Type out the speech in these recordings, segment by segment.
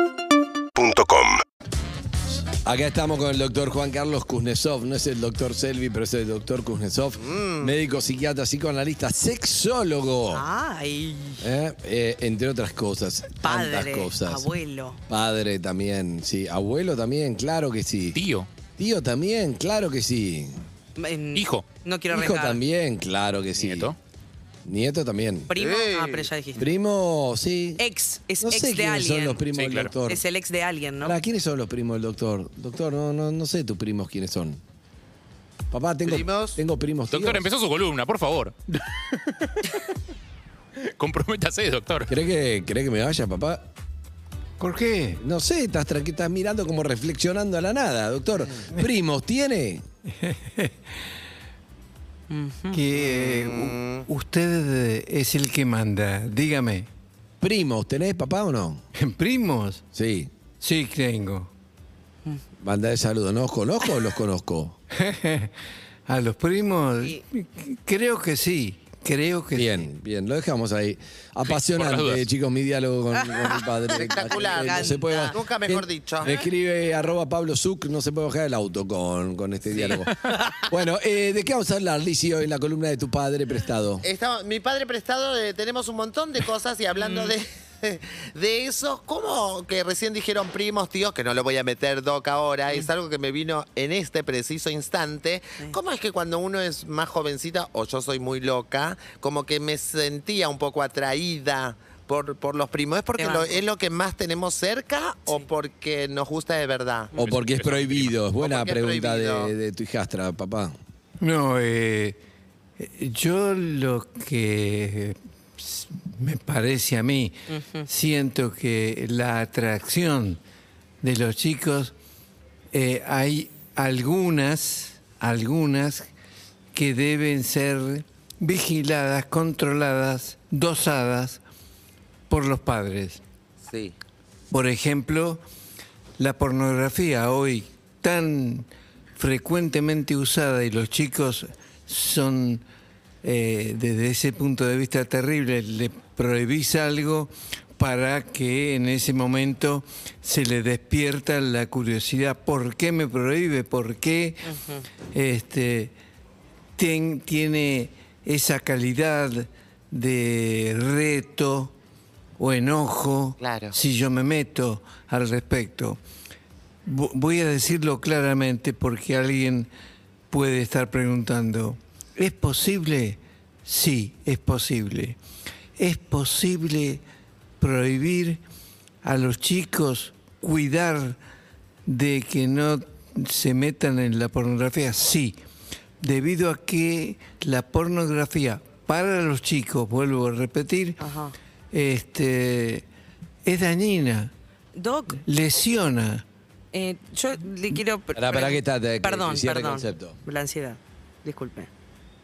UrbanaPlayFM.com Acá estamos con el doctor Juan Carlos Kuznetsov, no es el doctor Selvi, pero es el doctor Kuznetsov, Mm. médico, psiquiatra, psicoanalista, sexólogo, Ah. Ay, ¿eh? Eh, entre otras cosas, tantas padre, cosas. abuelo. Padre también, sí. Abuelo también, claro que sí. Tío, Tío también, claro que sí. Em, Hijo. No quiero Hijo arriesgar. también, claro que sí. Nieto. Nieto también. Primo. Ah, pero ya dijiste. Primo, sí. Ex, es no ex sé de quiénes alguien. son los primos Sí, del claro. doctor. Es el ex de alguien, ¿no? Pará, ¿quiénes son los primos del doctor? Doctor, no, no, no sé tus primos quiénes son. Papá, tengo primos. ¿Primos? Tengo primos doctor, tíos. empezó su columna, por favor. Comprométase, doctor. ¿Querés que, querés que me vaya, papá? ¿Por qué? No sé, estás, tranqui- estás mirando como reflexionando a la nada, doctor. ¿Primos tiene? Que eh, u- usted es el que manda. Dígame, ¿Primos tenés, papá o no? ¿primos? Sí. Sí, tengo. Manda de saludo. ¿No los conozco o los conozco? ¿A los primos? Y- Creo que sí. Creo que sí. Bien, bien, lo dejamos ahí. por las Apasionante, dudas. chicos, mi diálogo con, con mi padre. Espectacular. No se puede- Nunca mejor Bien, dicho. Me escribe arroba Pablo Zuc, no se puede bajar el auto con, con este diálogo. Bueno, eh, ¿de qué vamos a hablar, Licio, en la columna de tu padre prestado? Estamos- mi padre prestado, eh, tenemos un montón de cosas y hablando de, de eso, ¿cómo que recién dijeron primos, tíos, que no lo voy a meter doc ahora? Es algo que me vino en este preciso instante. ¿Cómo es que cuando uno es más jovencita, o yo soy muy loca, como que me sentía un poco atraída? Por, por los primos, ¿es porque Te lo- banco. es lo que más tenemos cerca o porque nos gusta de verdad? ¿O porque es prohibido? Es buena porque es pregunta de, prohibido. de tu hijastra, papá. No, eh, yo lo que s- me parece a mí, siento que la atracción de los chicos, eh, hay algunas, algunas que deben ser vigiladas, controladas, dosadas por los padres. Sí. Por ejemplo, la pornografía hoy tan frecuentemente usada y los chicos son eh, desde ese punto de vista terrible, le prohibís algo para que en ese momento se le despierta la curiosidad, ¿por qué me prohíbe? ¿Por qué este, ten- tiene esa calidad de reto o enojo Claro. si yo me meto al respecto. Vo- Voy a decirlo claramente porque alguien puede estar preguntando, ¿es posible? Sí, es posible. ¿Es posible prohibir a los chicos cuidar de que no se metan en la pornografía? Sí, debido a que la pornografía para los chicos, vuelvo a repetir, Ajá. este, es dañina, Doc, lesiona. eh, yo le quiero. pre- Pará, pará, que está- te- que Perdón, cierre el perdón. concepto. La ansiedad. Disculpe.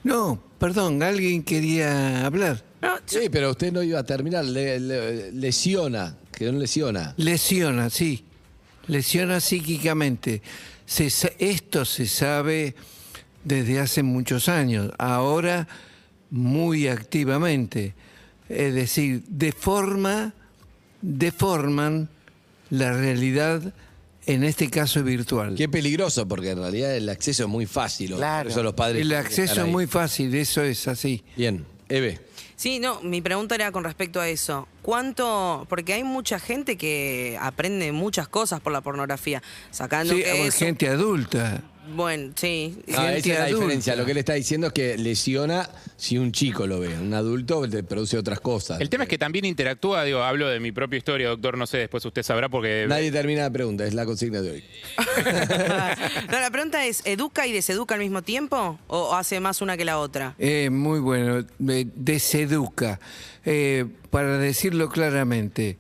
No, perdón, alguien quería hablar. No, yo- Sí, pero usted no iba a terminar. le- le- lesiona, que no lesiona. Lesiona, sí. Lesiona psíquicamente. Se sa- esto se sabe desde hace muchos años. Ahora muy activamente. Es decir, deforma, deforman la realidad, en este caso virtual. Qué peligroso, porque en realidad el acceso es muy fácil. o- Claro. por Eso los padres El tienen que acceso estar es ahí. muy fácil, eso es así. Bien, Eve. Sí, no, mi pregunta era con respecto a eso. ¿Cuánto? Porque hay mucha gente que aprende muchas cosas por la pornografía. Sacando Sí, que o eso- gente adulta. Bueno, sí. Ah, esa Gente es la adulta. diferencia. Lo que él está diciendo es que lesiona si un chico lo ve. Un adulto te produce otras cosas. El tema es que también interactúa, digo, hablo de mi propia historia, doctor, no sé, después usted sabrá porque... Nadie termina la pregunta, es la consigna de hoy. no, la pregunta es, ¿educa y deseduca al mismo tiempo? ¿O hace más una que la otra? Eh, muy bueno, eh, deseduca. Eh, para decirlo claramente,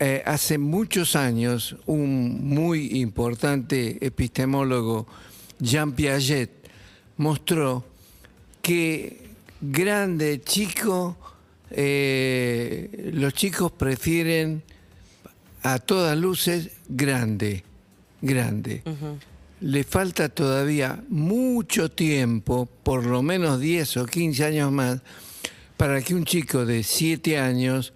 eh, hace muchos años un muy importante epistemólogo, Jean Piaget, mostró que grande, chico, eh, los chicos prefieren a todas luces grande, grande. Le falta todavía mucho tiempo, por lo menos 10 o 15 años más, para que un chico de 7 años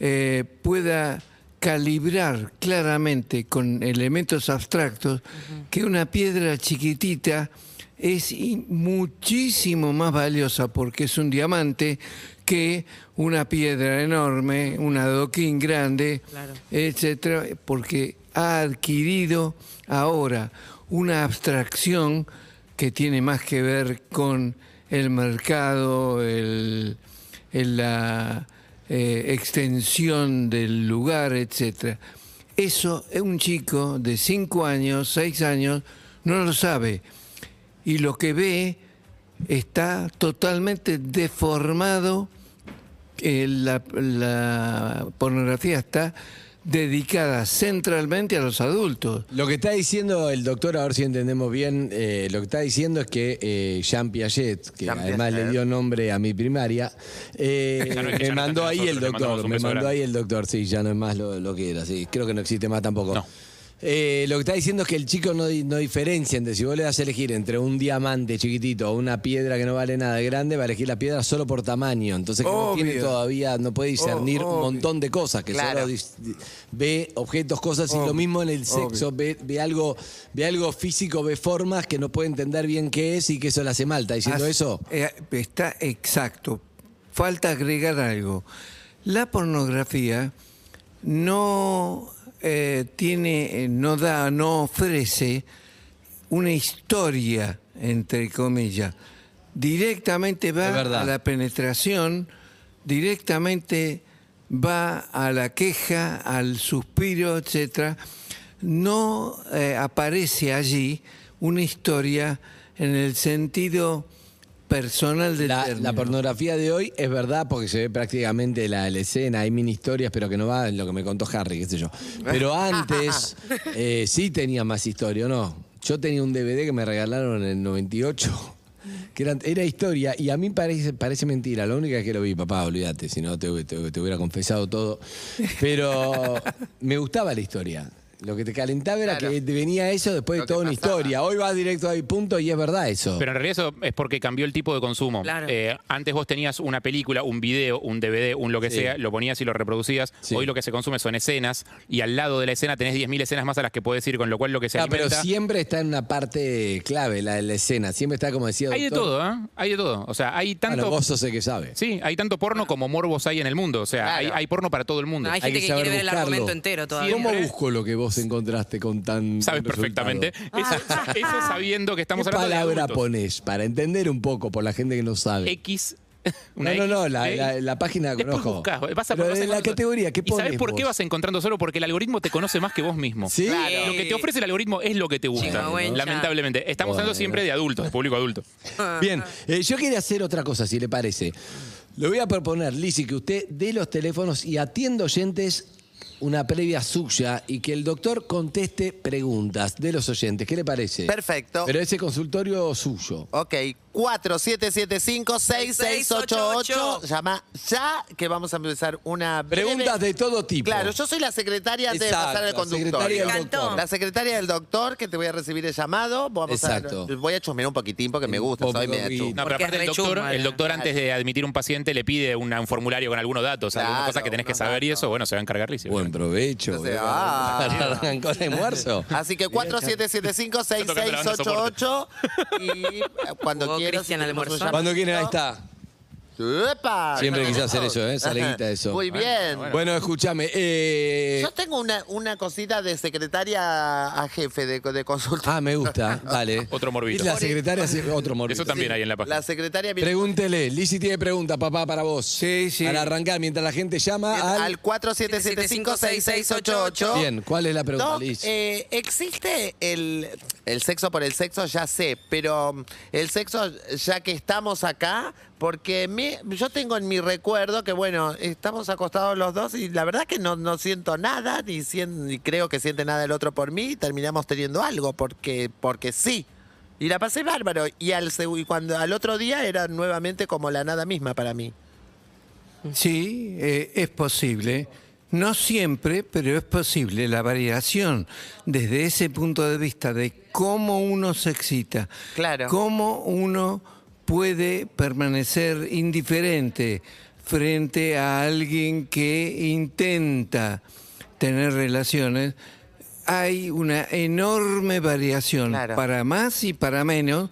eh, pueda calibrar claramente con elementos abstractos que una piedra chiquitita es i- muchísimo más valiosa porque es un diamante que una piedra enorme, un adoquín grande, Claro. etcétera, porque ha adquirido ahora una abstracción que tiene más que ver con el mercado, el, el- la eh, extensión del lugar, etcétera. Eso eh, un chico de 5 años, 6 años, no lo sabe. Y lo que ve está totalmente deformado eh, la, la pornografía está dedicada centralmente a los adultos. Lo que está diciendo el doctor, a ver si entendemos bien, eh, lo que está diciendo es que eh, Jean Piaget, que Jean además Piaget. le dio nombre a mi primaria, eh, Ya no existe, me ya no mandó está ahí nosotros, el le mandamos doctor, un me beso mandó grande. ahí el doctor, sí, ya no es más lo, lo que era, sí, creo que no existe más tampoco. No. Eh, lo que está diciendo es que el chico no, di- no diferencia entre si vos le das a elegir entre un diamante chiquitito o una piedra que no vale nada grande, va a elegir la piedra solo por tamaño. Entonces que no tiene Obvio. todavía, no puede discernir un obvio. montón de cosas, que Claro. solo dis- ve objetos, cosas, y lo Obvio, mismo en el obvio. sexo, ve, ve algo, ve algo físico, ve formas que no puede entender bien qué es y que eso le hace mal. ¿Está diciendo Hace- eso? eh, está exacto. Falta agregar algo. La pornografía no eh, tiene, eh, no da, no ofrece una historia, entre comillas. Directamente Es va verdad. a la penetración, directamente va a la queja, al suspiro, etcétera. No eh, aparece allí una historia en el sentido personal del La, término. la pornografía de hoy es verdad porque se ve prácticamente la, la escena, hay mini historias, pero que no va en lo que me contó Harry, qué sé yo. Pero Ah. antes eh, sí tenía más historia, ¿o ¿no? Yo tenía un DVD que me regalaron en el 98, que eran- era, historia, y a mí parece, parece mentira, la única es que lo vi, papá, olvídate, si no te, te- te hubiera confesado todo. Pero me gustaba la historia. Lo que te calentaba era Claro. que venía eso después Lo de que toda una pasaba. historia. Hoy va directo ahí, punto, y es verdad eso. Pero en realidad eso es porque cambió el tipo de consumo. Claro. Eh, antes vos tenías una película, un video, un DVD, un lo que Sí. sea, lo ponías y lo reproducías. Sí. Hoy lo que se consume son escenas y al lado de la escena tenés 10.000 escenas más a las que podés ir, con lo cual lo que se Ah, pero alimenta- siempre está en una parte clave, la de la escena. Siempre está, como decía Hay de doctor, todo, ¿eh? Hay de todo. O sea, hay tanto... Bueno, vos sos el que sabe. Sí, hay tanto porno como morbos hay en el mundo. O sea, Claro. hay, hay porno para todo el mundo. Hay Hay gente que que, saber quiere ver el buscarlo. argumento entero todavía. ¿eh? ¿Cómo Siempre. busco lo que vos encontraste con tan Sabes buen resultado? perfectamente. Ah. Eso, eso sabiendo que estamos ¿Qué hablando de palabra adultos. Eh, ponés para entender un poco por la gente que no sabe? X. No, no, no, la, la- la página que eh, Después conozco. buscás, vas a Pero vas de la encontrando- categoría, ¿qué ¿Y pones sabes por qué vos? vas encontrando solo? Porque el algoritmo te conoce más que vos mismo. ¿Sí? Claro. Lo que te ofrece el algoritmo es lo que te gusta. Chihuahuencha. Lamentablemente. Estamos hablando Bueno. siempre de adultos, de público adulto. Bien, eh, yo quería hacer otra cosa, si le parece. Le voy a proponer, Lizzy, que usted dé los teléfonos y atienda oyentes una previa suya y que el doctor conteste preguntas de los oyentes. ¿Qué le parece? Perfecto. Pero ese consultorio suyo. Ok, 4775-6688. Llama ya que vamos a empezar una breve- Preguntas de todo tipo. Claro, yo soy la secretaria de Exacto, pasar al secretaria conductorio. del Me encantó. doctor. La secretaria del doctor, que te voy a recibir el llamado. Vamos Exacto. A, voy a chusmear un poquitín porque me Un gusta, soy poco media y- chusma. No, pero Porque aparte el es doctor, rechuma, el doctor antes de admitir un paciente le pide una- un formulario con algunos datos, algunas Claro, cosas que tenés que unos saber y datos. eso, bueno, se va a encargar Lizzie. Buen provecho. Entonces, boludo. ah. Arrancó el almuerzo. Así que 4775-6688. Y eh, cuando Jugó quieras. Cristian almuerzo. Cuando quieren, ahí está. ¡Epa! Siempre quise hacer Ajá. eso, ¿eh? Saleguita eso. Muy bien. Bueno, escúchame. eh, Yo tengo una, una cosita de secretaria a jefe de, de consulta. Ah, me gusta. Vale. Otro morbito. Y la secretaria, sí, otro morbito. Eso también hay en la página. La secretaria viene Pregúntele, Lizzy tiene pregunta, papá, para vos. Sí, sí. Para arrancar, mientras la gente llama al... al 4775-6688. Bien, ¿cuál es la pregunta, Doc, Liz? eh, existe el, el sexo por el sexo, ya sé, pero mm, el sexo, ya que estamos acá, porque me- yo tengo en mi recuerdo que, bueno, estamos acostados los dos y la verdad que no, no siento nada, ni, sien- ni creo que siente nada el otro por mí, y terminamos teniendo algo, porque, porque sí. Y la pasé bárbaro. Y al, segu- y cuando, al otro día era nuevamente como la nada misma para mí. Sí, eh, es posible. No siempre, pero es posible. La variación desde ese punto de vista de cómo uno se excita, Claro. cómo uno puede permanecer indiferente frente a alguien que intenta tener relaciones, hay una enorme variación Claro. para más y para menos,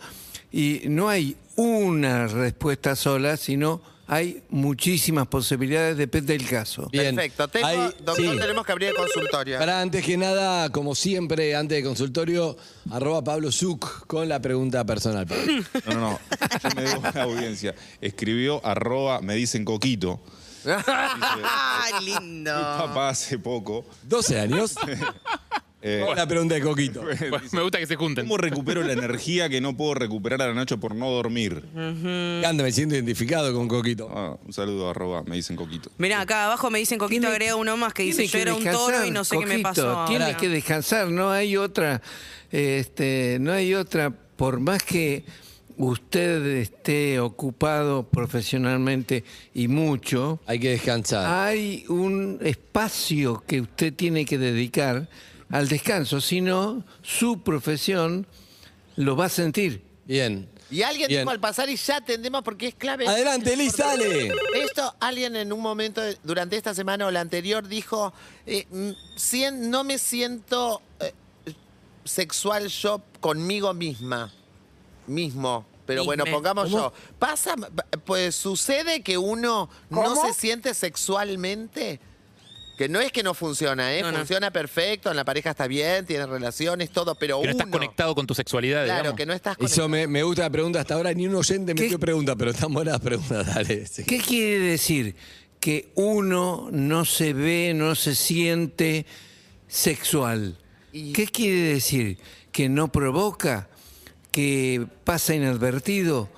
y no hay una respuesta sola, sino hay muchísimas posibilidades, depende del caso. Bien. Perfecto. Tengo, Hay- doctor, sí. tenemos que abrir el consultorio. Para antes que nada, como siempre, antes de consultorio, arroba Pablo Zuc con la pregunta personal. Pablo. No, no, no. Yo me debo a la audiencia. Escribió arroba, me dicen coquito. ¡Ah, Mi lindo! papá hace poco. 12 años. eh, Con la pregunta de Coquito. Bueno, me gusta que se junten. ¿Cómo recupero la energía que no puedo recuperar a la noche por no dormir? Anda, me siento identificado con Coquito. Ah, un saludo, arroba, me dicen coquito. Mirá, acá abajo me dicen Coquito, Tiene- agrega uno más que dice tiene yo era un descansar, toro y no sé qué me Coquito, pasó Tiene ahora. que descansar, no hay otra, este, no hay otra, por más que usted esté ocupado profesionalmente y mucho, Hay que descansar. hay un espacio que usted tiene que dedicar al descanso, si no, su profesión lo va a sentir. Bien. Y alguien Bien. dijo al pasar y ya atendemos porque es clave. Adelante, Liz, dale. Esto, alguien en un momento de- durante esta semana o la anterior dijo, eh, mm, sien- no me siento eh, sexual yo conmigo misma, mismo. Pero bueno, Misme. pongamos yo. Pasa, pues sucede que uno no se siente sexualmente. Que no es que no funciona, ¿eh? No, no. funciona perfecto, en la pareja está bien, tiene relaciones, todo, Pero pero, uno. estás conectado con tu sexualidad, Claro, digamos. que no estás conectado. Eso me, me gusta la pregunta hasta ahora. Ni un oyente me ¿Qué? dio pregunta, pero están buenas las preguntas, dale. sí. ¿Qué quiere decir? Que uno no se ve, no se siente sexual. Y- ¿Qué quiere decir? Que no provoca, que pasa inadvertido,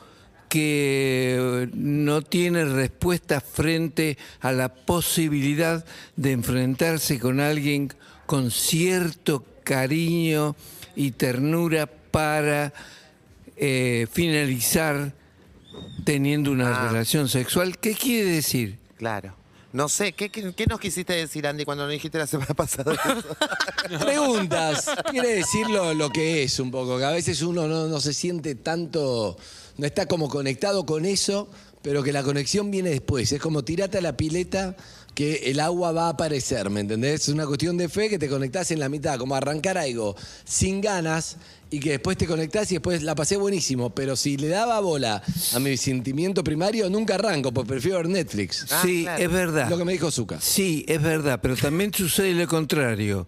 que eh, no tiene respuesta frente a la posibilidad de enfrentarse con alguien con cierto cariño y ternura para eh, finalizar teniendo una Ah. relación sexual. ¿Qué quiere decir? Claro. No sé, ¿qué, qué, qué nos quisiste decir, Andy, cuando nos dijiste la semana pasada? eso? Preguntas. Quiere decir lo, lo que es un poco. Que a veces uno no, no se siente tanto. No está como conectado con eso, pero que la conexión viene después. Es como tirate a la pileta que el agua va a aparecer, ¿me entendés? Es una cuestión de fe que te conectás en la mitad, como arrancar algo sin ganas y que después te conectás y después la pasé buenísimo, pero si le daba bola a mi sentimiento primario, nunca arranco, porque prefiero ver Netflix. Ah, sí, claro. es verdad. Lo que me dijo Zucca. Sí, es verdad, pero también sucede lo contrario.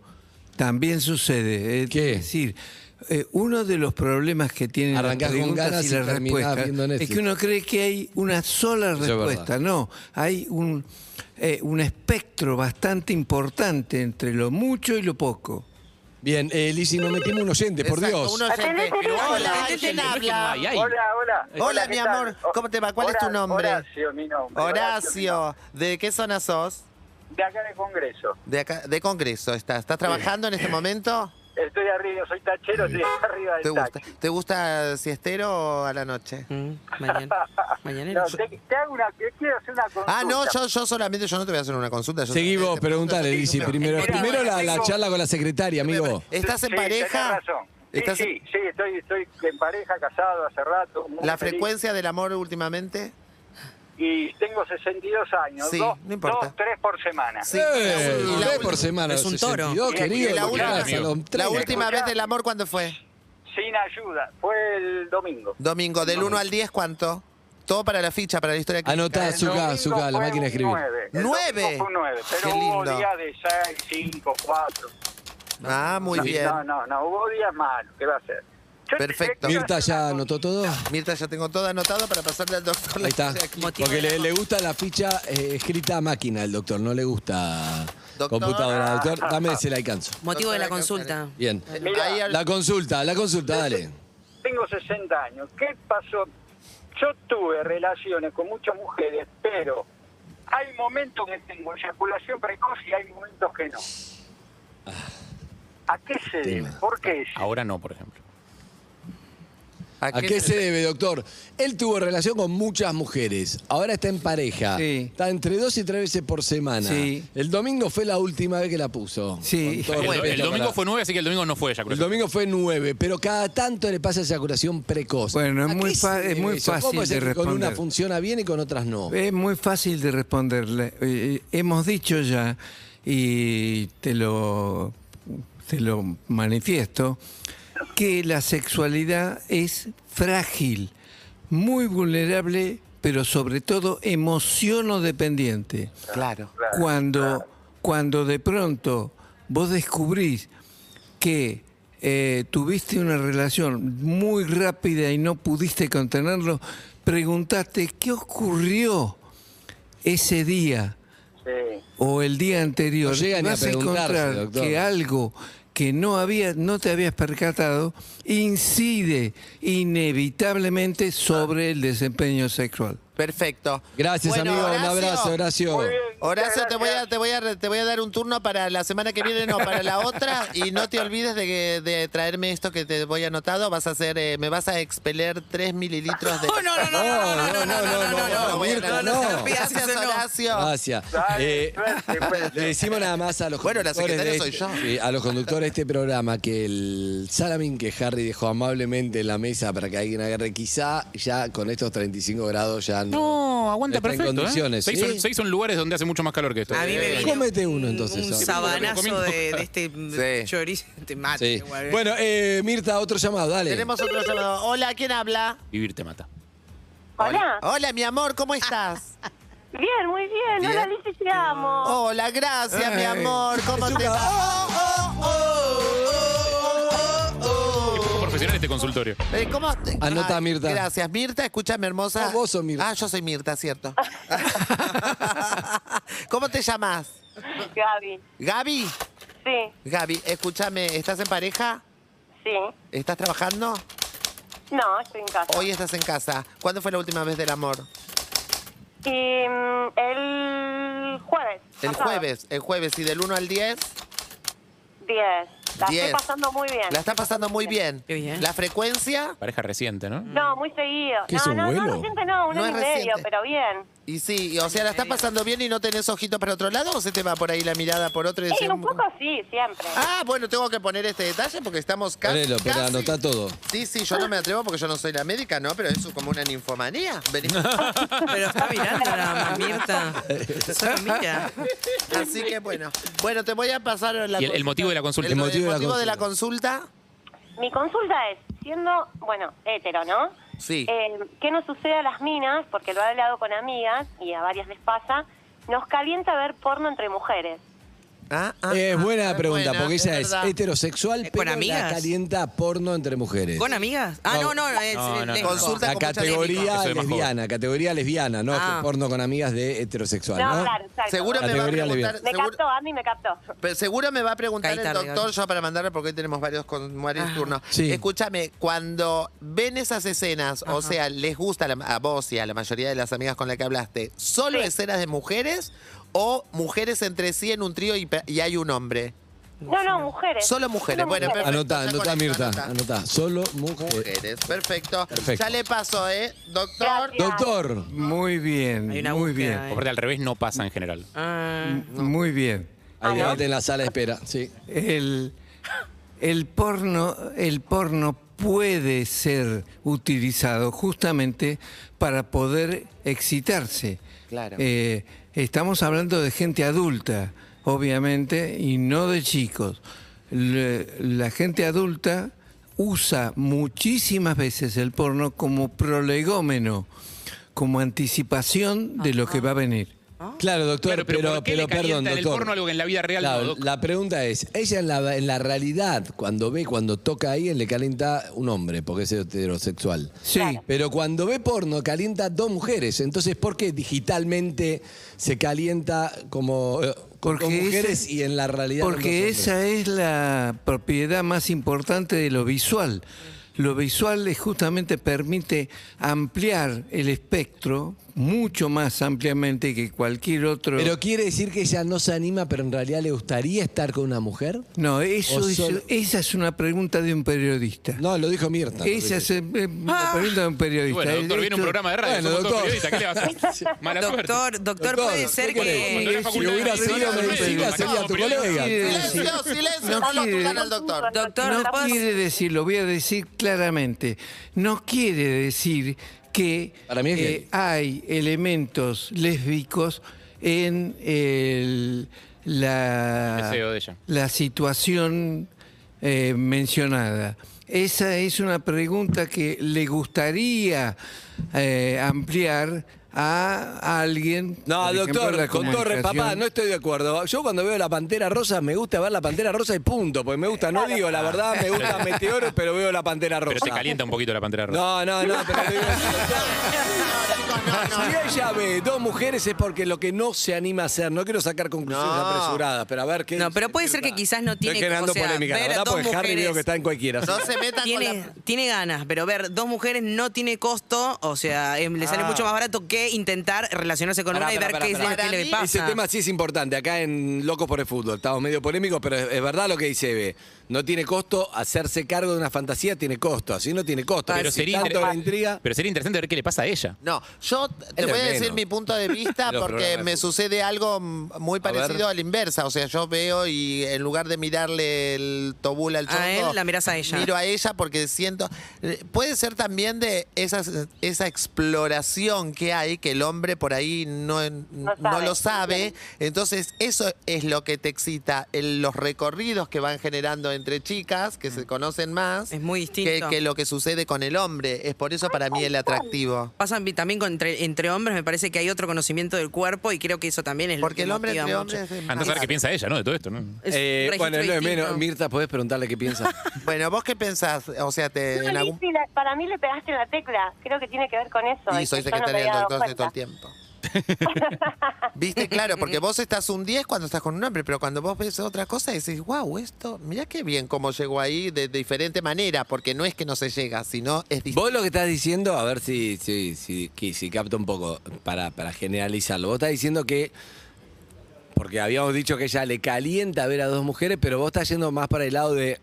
También sucede. eh, ¿Qué? Es decir, eh, uno de los problemas que tienen Arrancás con ganas y y las terminás respuestas viendo es Netflix. que uno cree que hay una sola Eso es verdad. respuesta. No, hay un, eh, un espectro bastante importante entre lo mucho y lo poco. Bien, eh, Lizzy, nos metimos un oyente, por Exacto, Dios. un oyente. Atendete, Pero no, hola, atendete, ¿quién no, habla? Ay, ay. Hola, hola. Hola, ¿qué mi tal? amor. O- ¿Cómo te va? ¿Cuál es tu nombre? Horacio, mi nombre. Horacio, ¿de qué zona sos? De acá del Congreso. De acá, de Congreso estás. ¿Estás trabajando en este momento? Estoy arriba, soy tachero, estoy arriba del ¿Te gusta? taxi. ¿Te gusta siestero o a la noche? Mm, mañana. Mañanero. No, te, te hago una, te quiero hacer una consulta. Ah, no, yo, yo solamente, yo no te voy a hacer una consulta. yo Seguí solamente vos, te pregunto- preguntale, Lizzy, primero. Espera, Primero la, la tengo- charla con la secretaria, amigo. ¿Estás en Sí, pareja? tenés razón. Sí, ¿Estás en- sí, sí, estoy, estoy en pareja, casado hace rato. muy ¿La feliz. frecuencia del amor últimamente? Y tengo 62 años, Sí, dos, no importa. dos, tres por semana. Sí. Eh, Y la tres última- por semana. Es un toro. 62, Y querido, la ¿qué última- pasa? Los ¿La 30. última vez del amor cuándo fue? Sin ayuda, fue el domingo. Domingo, del 1 al 10, ¿cuánto? Todo para la ficha, para la historia. clínica. Anotá, El Zucca, domingo Zucca, la fue máquina de un escribir. nueve. El ¿Nueve? domingo fue un nueve, pero Qué hubo lindo. días de 6, 5, 4. Ah, muy no, bien. No, no, no, hubo días malos, ¿qué va a hacer? Yo te- Perfecto. te quiero Mirta hacer ya una anotó todo. Ahí Mirta, ya tengo todo anotado para pasarle al doctor. la está. historia clínica. Motivo Porque de le, amor. le gusta la ficha eh, escrita a máquina al doctor, no le gusta Doctor. Ah, computadora. Doctor, dame, se la alcanzo. Motivo de la Doctora consulta. Bien. Eh, Mirá, Ahí al- La consulta, la consulta, dale. Tengo 60 años. ¿Qué pasó? Yo tuve relaciones con muchas mujeres, pero hay momentos que tengo eyaculación precoz y hay momentos que no. ¿A qué se debe? tema. ¿Por qué? es? Ahora no, por ejemplo. ¿A ¿A qué qué se- se debe, doctor? Él tuvo relación con muchas mujeres. Ahora está en pareja. Sí. Está entre dos y tres veces por semana. Sí. El domingo fue la última vez que la puso. Sí. Con todo El, do- respeto el domingo para- fue 9, así que el domingo no fue El eyaculación. domingo fue nueve, pero cada tanto le pasa esa curación precoz. Bueno, es ¿A muy qué fa- se es debe muy eso? ¿Cómo fácil es de que con una responder. funciona bien y con otras no? Es muy fácil de responderle. Eh, Hemos dicho ya, y te lo, te lo manifiesto, que la sexualidad es frágil, muy vulnerable, pero sobre todo emociono dependiente. Claro. Cuando, cuando de pronto vos descubrís que eh, tuviste una relación muy rápida y no pudiste contenerlo, preguntaste qué ocurrió ese día Sí. o el día anterior. No llegan ni a Vas a encontrar preguntarse, doctor. que algo que no había, no te habías percatado, incide inevitablemente sobre el desempeño sexual. Perfecto. Gracias, Bueno, amigo. Un abrazo, Horacio. Muy bien, muchas Horacio, te voy, a, gracias. te, voy a, re- te voy a dar un turno para la semana que viene, no, para la otra. Y no te olvides de, que- de traerme esto que te voy anotado. Vas a hacer, eh, me vas a expeler 3 mililitros de... Oh, No, no, no, no, no, no, no, no, no, no, Lo voy a Mirta, anotar. no. Ah, Gracias, Eso no. Horacio. Gracias. Dale, Eh, suerte, pues. Le decimos nada más a los Bueno, la conductores secretaria de soy este- yo. sí, a los conductores de este programa que el salamín que Harry dejó amablemente en la mesa para que alguien agarre, quizá ya con estos 35 grados ya no. No, aguanta Está en perfecto. ¿eh? condiciones, se, ¿sí? hizo, se hizo en lugares donde hace mucho más calor que esto. Eh, A mí me vino Cómete uno, entonces, Un ahora. sabanazo Comiendo. de, de este Sí. chorizo. Te mate. Sí. igual. Bueno, eh, Mirta, otro llamado, dale. Tenemos otro llamado. Hola, ¿quién habla? Vivir te mata. Hola. Hola, mi amor, ¿cómo estás? Ah. Bien, muy bien. Bien. Oh. Hola, Lice, te amo. Hola, gracias, mi amor. ¿Cómo te va? Qué poco profesional este consultorio. Eh, ¿Cómo? te- Anota, Mirta. Gracias, Mirta. Escúchame, hermosa. No, vos sos Mirta. Ah, yo soy Mirta, cierto. ¿Cómo te llamas? Gaby. Gaby. Sí, Gaby, escúchame, ¿estás en pareja? sí. ¿Estás trabajando? No, estoy en casa. Hoy estás en casa. ¿Cuándo fue la última vez del amor? Y mm, el jueves. El pasado. jueves. El jueves. ¿Y del 1 al 10? 10. La Diez. estoy pasando muy bien. La está pasando muy bien. Qué bien. ¿La frecuencia? Pareja reciente, ¿no? No, muy seguido. ¿Qué no, es un no, vuelo? no, reciente no, un No año es y medio, reciente. pero bien. Y sí, y, o sea, ¿la estás pasando bien y no tenés ojitos para otro lado o se te va por ahí la mirada por otro y Sí, decís, "Mm". un poco sí, siempre. Ah, bueno, tengo que poner este detalle porque estamos casi. Ponelo, pero casi- anotá todo. Sí, sí, yo no me atrevo porque yo no soy la médica, ¿no? Pero eso es como una ninfomanía. Venimos. Pero está mirando nada más, Mirta. Solo mira. Así que bueno. Bueno, te voy a pasar la Y el- el consulta. motivo de la consulta. El, El motivo de la motivo de la consulta. Mi consulta es, siendo, bueno, hétero, ¿no? Sí. Eh, ¿Qué nos sucede a las minas? Porque lo he hablado con amigas y a varias les pasa. Nos calienta ver porno entre mujeres. Ah, ah, es ah, buena la pregunta, buena, porque ella es, verdad. heterosexual, ¿Es con pero la amigas? calienta porno entre mujeres. ¿Con amigas? Ah, no, no. es- No, no, no. lejos. Consulta La con muchas categoría Eso es más lesbiana, categoría lesbiana, no Ah. que porno con amigas de heterosexual, No, ¿no? claro, exacto. Seguro me va a Categoría preguntar. Me seguro- captó, Andy me captó. Pero seguro me va a preguntar Caí el tarde, doctor Gaby. yo para mandarle porque hoy tenemos varios, con, varios Ajá. turnos. Sí. Escúchame, cuando ven esas escenas, o sea, les gusta la- a vos y a la mayoría de las amigas con las que hablaste, ¿solo escenas de mujeres o mujeres entre sí en un trío y, pe- y hay un hombre? No, no, mujeres. Solo mujeres. Bueno, perfecto. Anotá, Ya con anotá, esto, Mirta, anotá. anotá. Solo mujeres. Mujeres, perfecto. Perfecto. Ya le paso, ¿eh? Doctor. Gracias. Doctor, Muy bien, Hay una muy bien, búsqueda, eh. Aparte, al revés no pasa en general. Ah, muy bien. Ah, ahí quédate en la sala de espera. Sí. El, el porno, el porno puede ser utilizado justamente para poder excitarse. Claro. Eh, estamos hablando de gente adulta, obviamente, y no de chicos. Le- la gente adulta usa muchísimas veces el porno como prolegómeno, como anticipación de lo que va a venir. Claro, doctor, Claro, pero pero, ¿por qué pero le calienta perdón, en el doctor. porno algo que en la vida real no, Claro, doc? La pregunta es, ella en la, en la realidad, cuando ve, cuando toca a alguien, le calienta un hombre, porque es heterosexual. Sí. Pero cuando ve porno, calienta dos mujeres. Entonces, ¿por qué digitalmente se calienta como eh, con, Porque con ese- mujeres y en la realidad con Porque los hombres? esa es la propiedad más importante de lo visual. Lo visual es justamente permite ampliar el espectro mucho más ampliamente que cualquier otro. Pero quiere decir que ella no se anima, pero en realidad le gustaría estar con una mujer. no, eso, o eso- solo- esa es una pregunta de un periodista. No, lo dijo Mirta. esa es eh, una pregunta de un periodista. Bueno, doctor, El viene un hecho- programa de radio. Bueno, somos todos doctor. periodistas, ¿qué le vas a hacer? Mala suerte. Doctor, doctor, puede ser ¿qué querés? Cuando que. era Si facultad hubiera de sido medicina, medicina, acabamos, sería tu periodista. colega. Sí, Silencio, silencio, no lo quiere. aturdan al doctor. Doctor, No ¿puedo- quiere decir, lo voy a decir claramente, no quiere decir que eh, Para mí es gay. hay elementos lésbicos en el- la, Deseo de ella. la situación eh, mencionada. Esa es una pregunta que le gustaría eh, ampliar a alguien. No, por ejemplo, doctor, la con todo re- papá, comunicación. no estoy de acuerdo. Yo cuando veo la pantera rosa me gusta ver la pantera rosa y punto, porque me gusta, no digo la verdad, me gusta Meteoro, pero veo la pantera rosa. Pero te calienta un poquito la pantera roja. No, no, no, pero te digo, No, Si ella ve dos mujeres es porque lo que no se anima a hacer. No quiero sacar conclusiones No. apresuradas, pero a ver qué. No, dice pero puede ser que Mirta. quizás no tiene Estoy generando o sea, polémica, la ver a verdad, dos porque Harry mujeres- veo que está en cualquiera. así no, que- no se metan con Tiene, la... tiene ganas, pero ver dos mujeres no tiene costo, o sea, em, le sale mucho más barato que intentar relacionarse con Ah. Pará, una y pará, ver pará, qué, es pará. lo que le Para pasa. mí- Ese tema sí es importante. Acá en Locos por el Fútbol estamos medio polémicos, pero es, es verdad lo que dice Eve. No tiene costo hacerse cargo de una fantasía, tiene costo. Así no tiene costo. Pero Si sería tanto inter- la intriga. Ah, Pero sería interesante ver qué le pasa a ella. No, yo te Es lo voy a menos. decir mi punto de vista Los porque programas de me fútbol. sucede algo mm, muy ver. parecido a la inversa. O sea, yo veo y en lugar de mirarle el tobula al A chongo... él, la mirás a ella. Miro a ella porque siento... eh, Puede ser también de esas, esa exploración que hay que el hombre por ahí no, no, sabe. lo sabe. Entonces, eso es lo que te excita. el- los recorridos que van generando entre chicas que se conocen más. Mm. Es muy que- distinto. que lo que sucede con el hombre. Es por eso para mí el atractivo. Pasa vi- también con entre, entre hombres, me parece que hay otro conocimiento del cuerpo y creo que eso también es Porque el lo que hombre motiva entre mucho. hombres es Ah, Antes más- de saber qué piensa ella, ¿no? De todo esto, ¿no? Es un Eh, registro bueno, no es distinto. menos. Mirta, ¿podés preguntarle qué piensa? Bueno, ¿vos qué pensás? O sea, te, en No, algún... Lizzy, la- para mí le pegaste en la tecla. Creo que tiene que ver con eso. Y es soy que yo no me secretaria del había dado doctor de todo el cuenta. tiempo. Viste, claro, porque vos estás un 10 cuando estás con un hombre, pero cuando vos ves otra cosa decís, wow, esto, mirá qué bien cómo llegó ahí de diferente manera, porque no es que no se llega, sino es distinto. Vos lo que estás diciendo, a ver si, si, si, que- si capto un poco para, para generalizarlo. Vos estás diciendo que, porque habíamos dicho que ella le calienta ver a dos mujeres, pero vos estás yendo más para el lado de,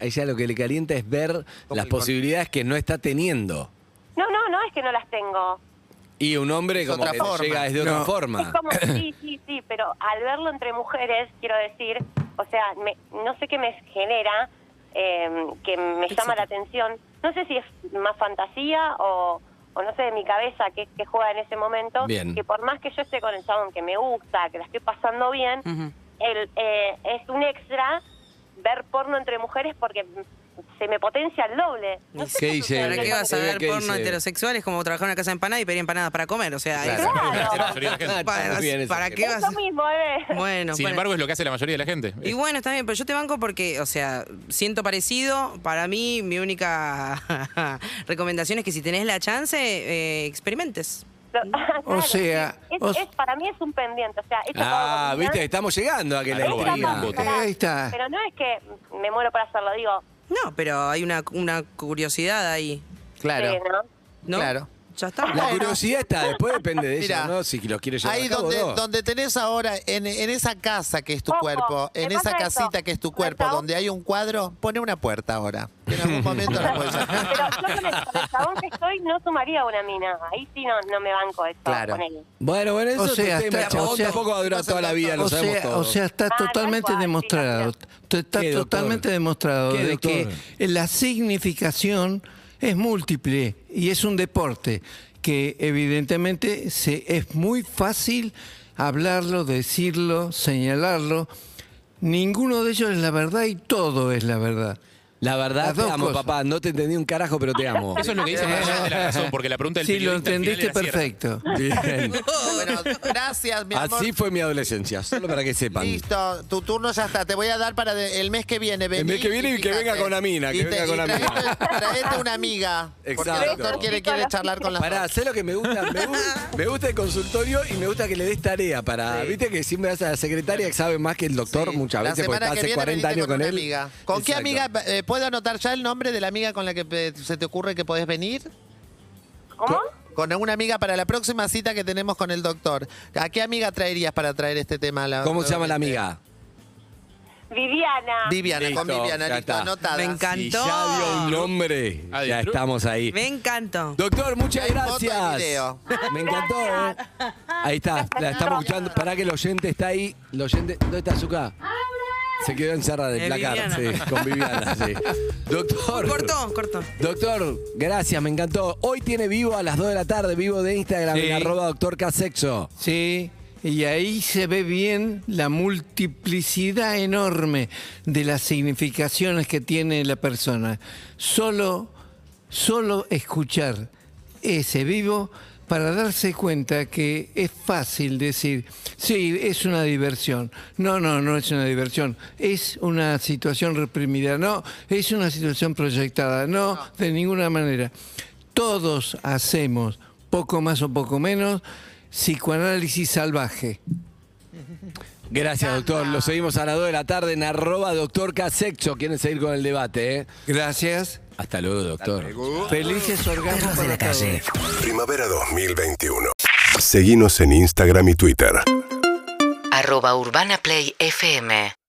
a ella lo que le calienta es ver las el con- posibilidades que no está teniendo. No, no, no es que no las tengo. Y un hombre Es como otra que forma. llega desde otra No. Es forma. como, sí, sí, sí, pero al verlo entre mujeres, quiero decir, o sea, me- no sé qué me genera, eh, que me llama la atención. No sé si es más fantasía o, o no sé de mi cabeza que, que juega en ese momento. Bien. Que por más que yo esté con el chabón que me gusta, que la estoy pasando bien, Ujú. el, eh, es un extra ver porno entre mujeres porque se me potencia el doble. No sé ¿Qué dice? sucede ¿Para en qué esa vas a Eve, ver ¿qué porno dice? heterosexual? Es como trabajar en una casa de empanadas y pedir empanadas para comer. O sea, Claro. eso- Claro. La mayoría de la gente. Ah, está muy bien ¿para, eso, para que- qué vas? Eso mismo, ¿eh? bebé. Bueno, Sin bueno. embargo, es lo que hace la mayoría de la gente. Y bueno, está bien, pero yo te banco porque, o sea, siento parecido. Para mí, mi única recomendación es que si tenés la chance, eh, experimentes. Lo- claro, O sea, es- o- es- para mí es un pendiente. O sea, eso Ah, todo combina. viste, estamos llegando a que la Ahí está, intriga. mambo. Pará, Ahí está. Pero Ah. no es que me muero por hacerlo, digo. No, pero hay una, una curiosidad ahí. sí, Claro. ¿no? ¿No? Claro. Ya está. La curiosidad está, después depende de ella, Mirá, ¿no? Si lo quiere llevar Ahí a cabo donde, o no. donde tenés ahora, en, en esa casa que es tu Ojo, cuerpo, en me esa pasa eso. casita que es tu Me cuerpo, pasa- donde hay un cuadro, pone una puerta ahora. En algún momento la puedes Pero sacar. yo con el, con el chabón que estoy no sumaría una mina. Ahí sí no, no me banco eso Claro. con él. Bueno, bueno, eso O es otro sea, tema. está- Chabón, o sea- tampoco va a durar toda la vida, lo o sabemos sea, todos. o sea, está Ah, tal totalmente cual, sí, demostrado, t- está ¿Qué, doctor? totalmente demostrado ¿Qué, de que doctor? la significación es múltiple y es un deporte que evidentemente se, es muy fácil hablarlo, decirlo, señalarlo. Ninguno de ellos es la verdad y todo es la verdad. La verdad, Las te dos amo, cosas. papá. No te entendí un carajo, pero te amo. Eso es lo que dice la mayoría de la razón, porque la pregunta del Si Eh. lo periodista al final entendiste era cierta. perfecto. Bien. Bueno, gracias, mi amor. Así fue mi adolescencia, solo para que sepan. Listo, tu turno ya está. Te voy a dar para de- el mes que viene. Vení mes que viene y que fíjate. venga con la mina, que Y venga con la mina. Traete, traete una amiga. Porque Exacto. el doctor quiere, quiere charlar con la Pará, sé lo que me gusta? Me, gu- me gusta el consultorio y me gusta que le des tarea para. Viste que siempre vas a la secretaria que sabe más que el doctor Sí, muchas la veces porque semana está que hace viene 40 venite años con, una él. amiga. ¿Con qué Exacto. amiga? eh, ¿Puedo anotar ya el nombre de la amiga con la que eh, se te ocurre que podés venir? ¿Cómo? Con alguna amiga para la próxima cita que tenemos con el doctor. ¿A qué amiga traerías para traer este tema? a la- ¿Cómo se llama la amiga? Viviana. Viviana, con Listo, Viviana, ya listo, está. anotada. Me encanta. Y ya dio un nombre. Ah, Ya disfrute. estamos ahí. Me encantó. Doctor, muchas Hay foto y gracias. video. Me encantó. ¿eh? Ahí está, la estamos escuchando. Pará que el oyente está ahí. El oyente, ¿dónde está Zucca? Se quedó encerrada en el Eh, placar, Viviana. sí, con Viviana, sí. Doctor. Cortó, cortó. Doctor, gracias, me encantó. Hoy tiene vivo a las 2 de la tarde, vivo de Instagram Sí. en arroba doctor Casexo. Sí, y ahí se ve bien la multiplicidad enorme de las significaciones que tiene la persona. Solo, solo escuchar ese vivo para darse cuenta que es fácil decir, sí, es una diversión. No, no, no es una diversión. Es una situación reprimida. No, es una situación proyectada. No, de ninguna manera. Todos hacemos, poco más o poco menos, psicoanálisis salvaje. Gracias, doctor. Lo seguimos a las 2 de la tarde en arroba doctor Casexo. Quieren seguir con el debate, ¿eh? Gracias. Hasta luego, doctor. Felices orgasmos para todos. Primavera 2021. Seguimos en Instagram y Twitter. Arroba Urbana Play FM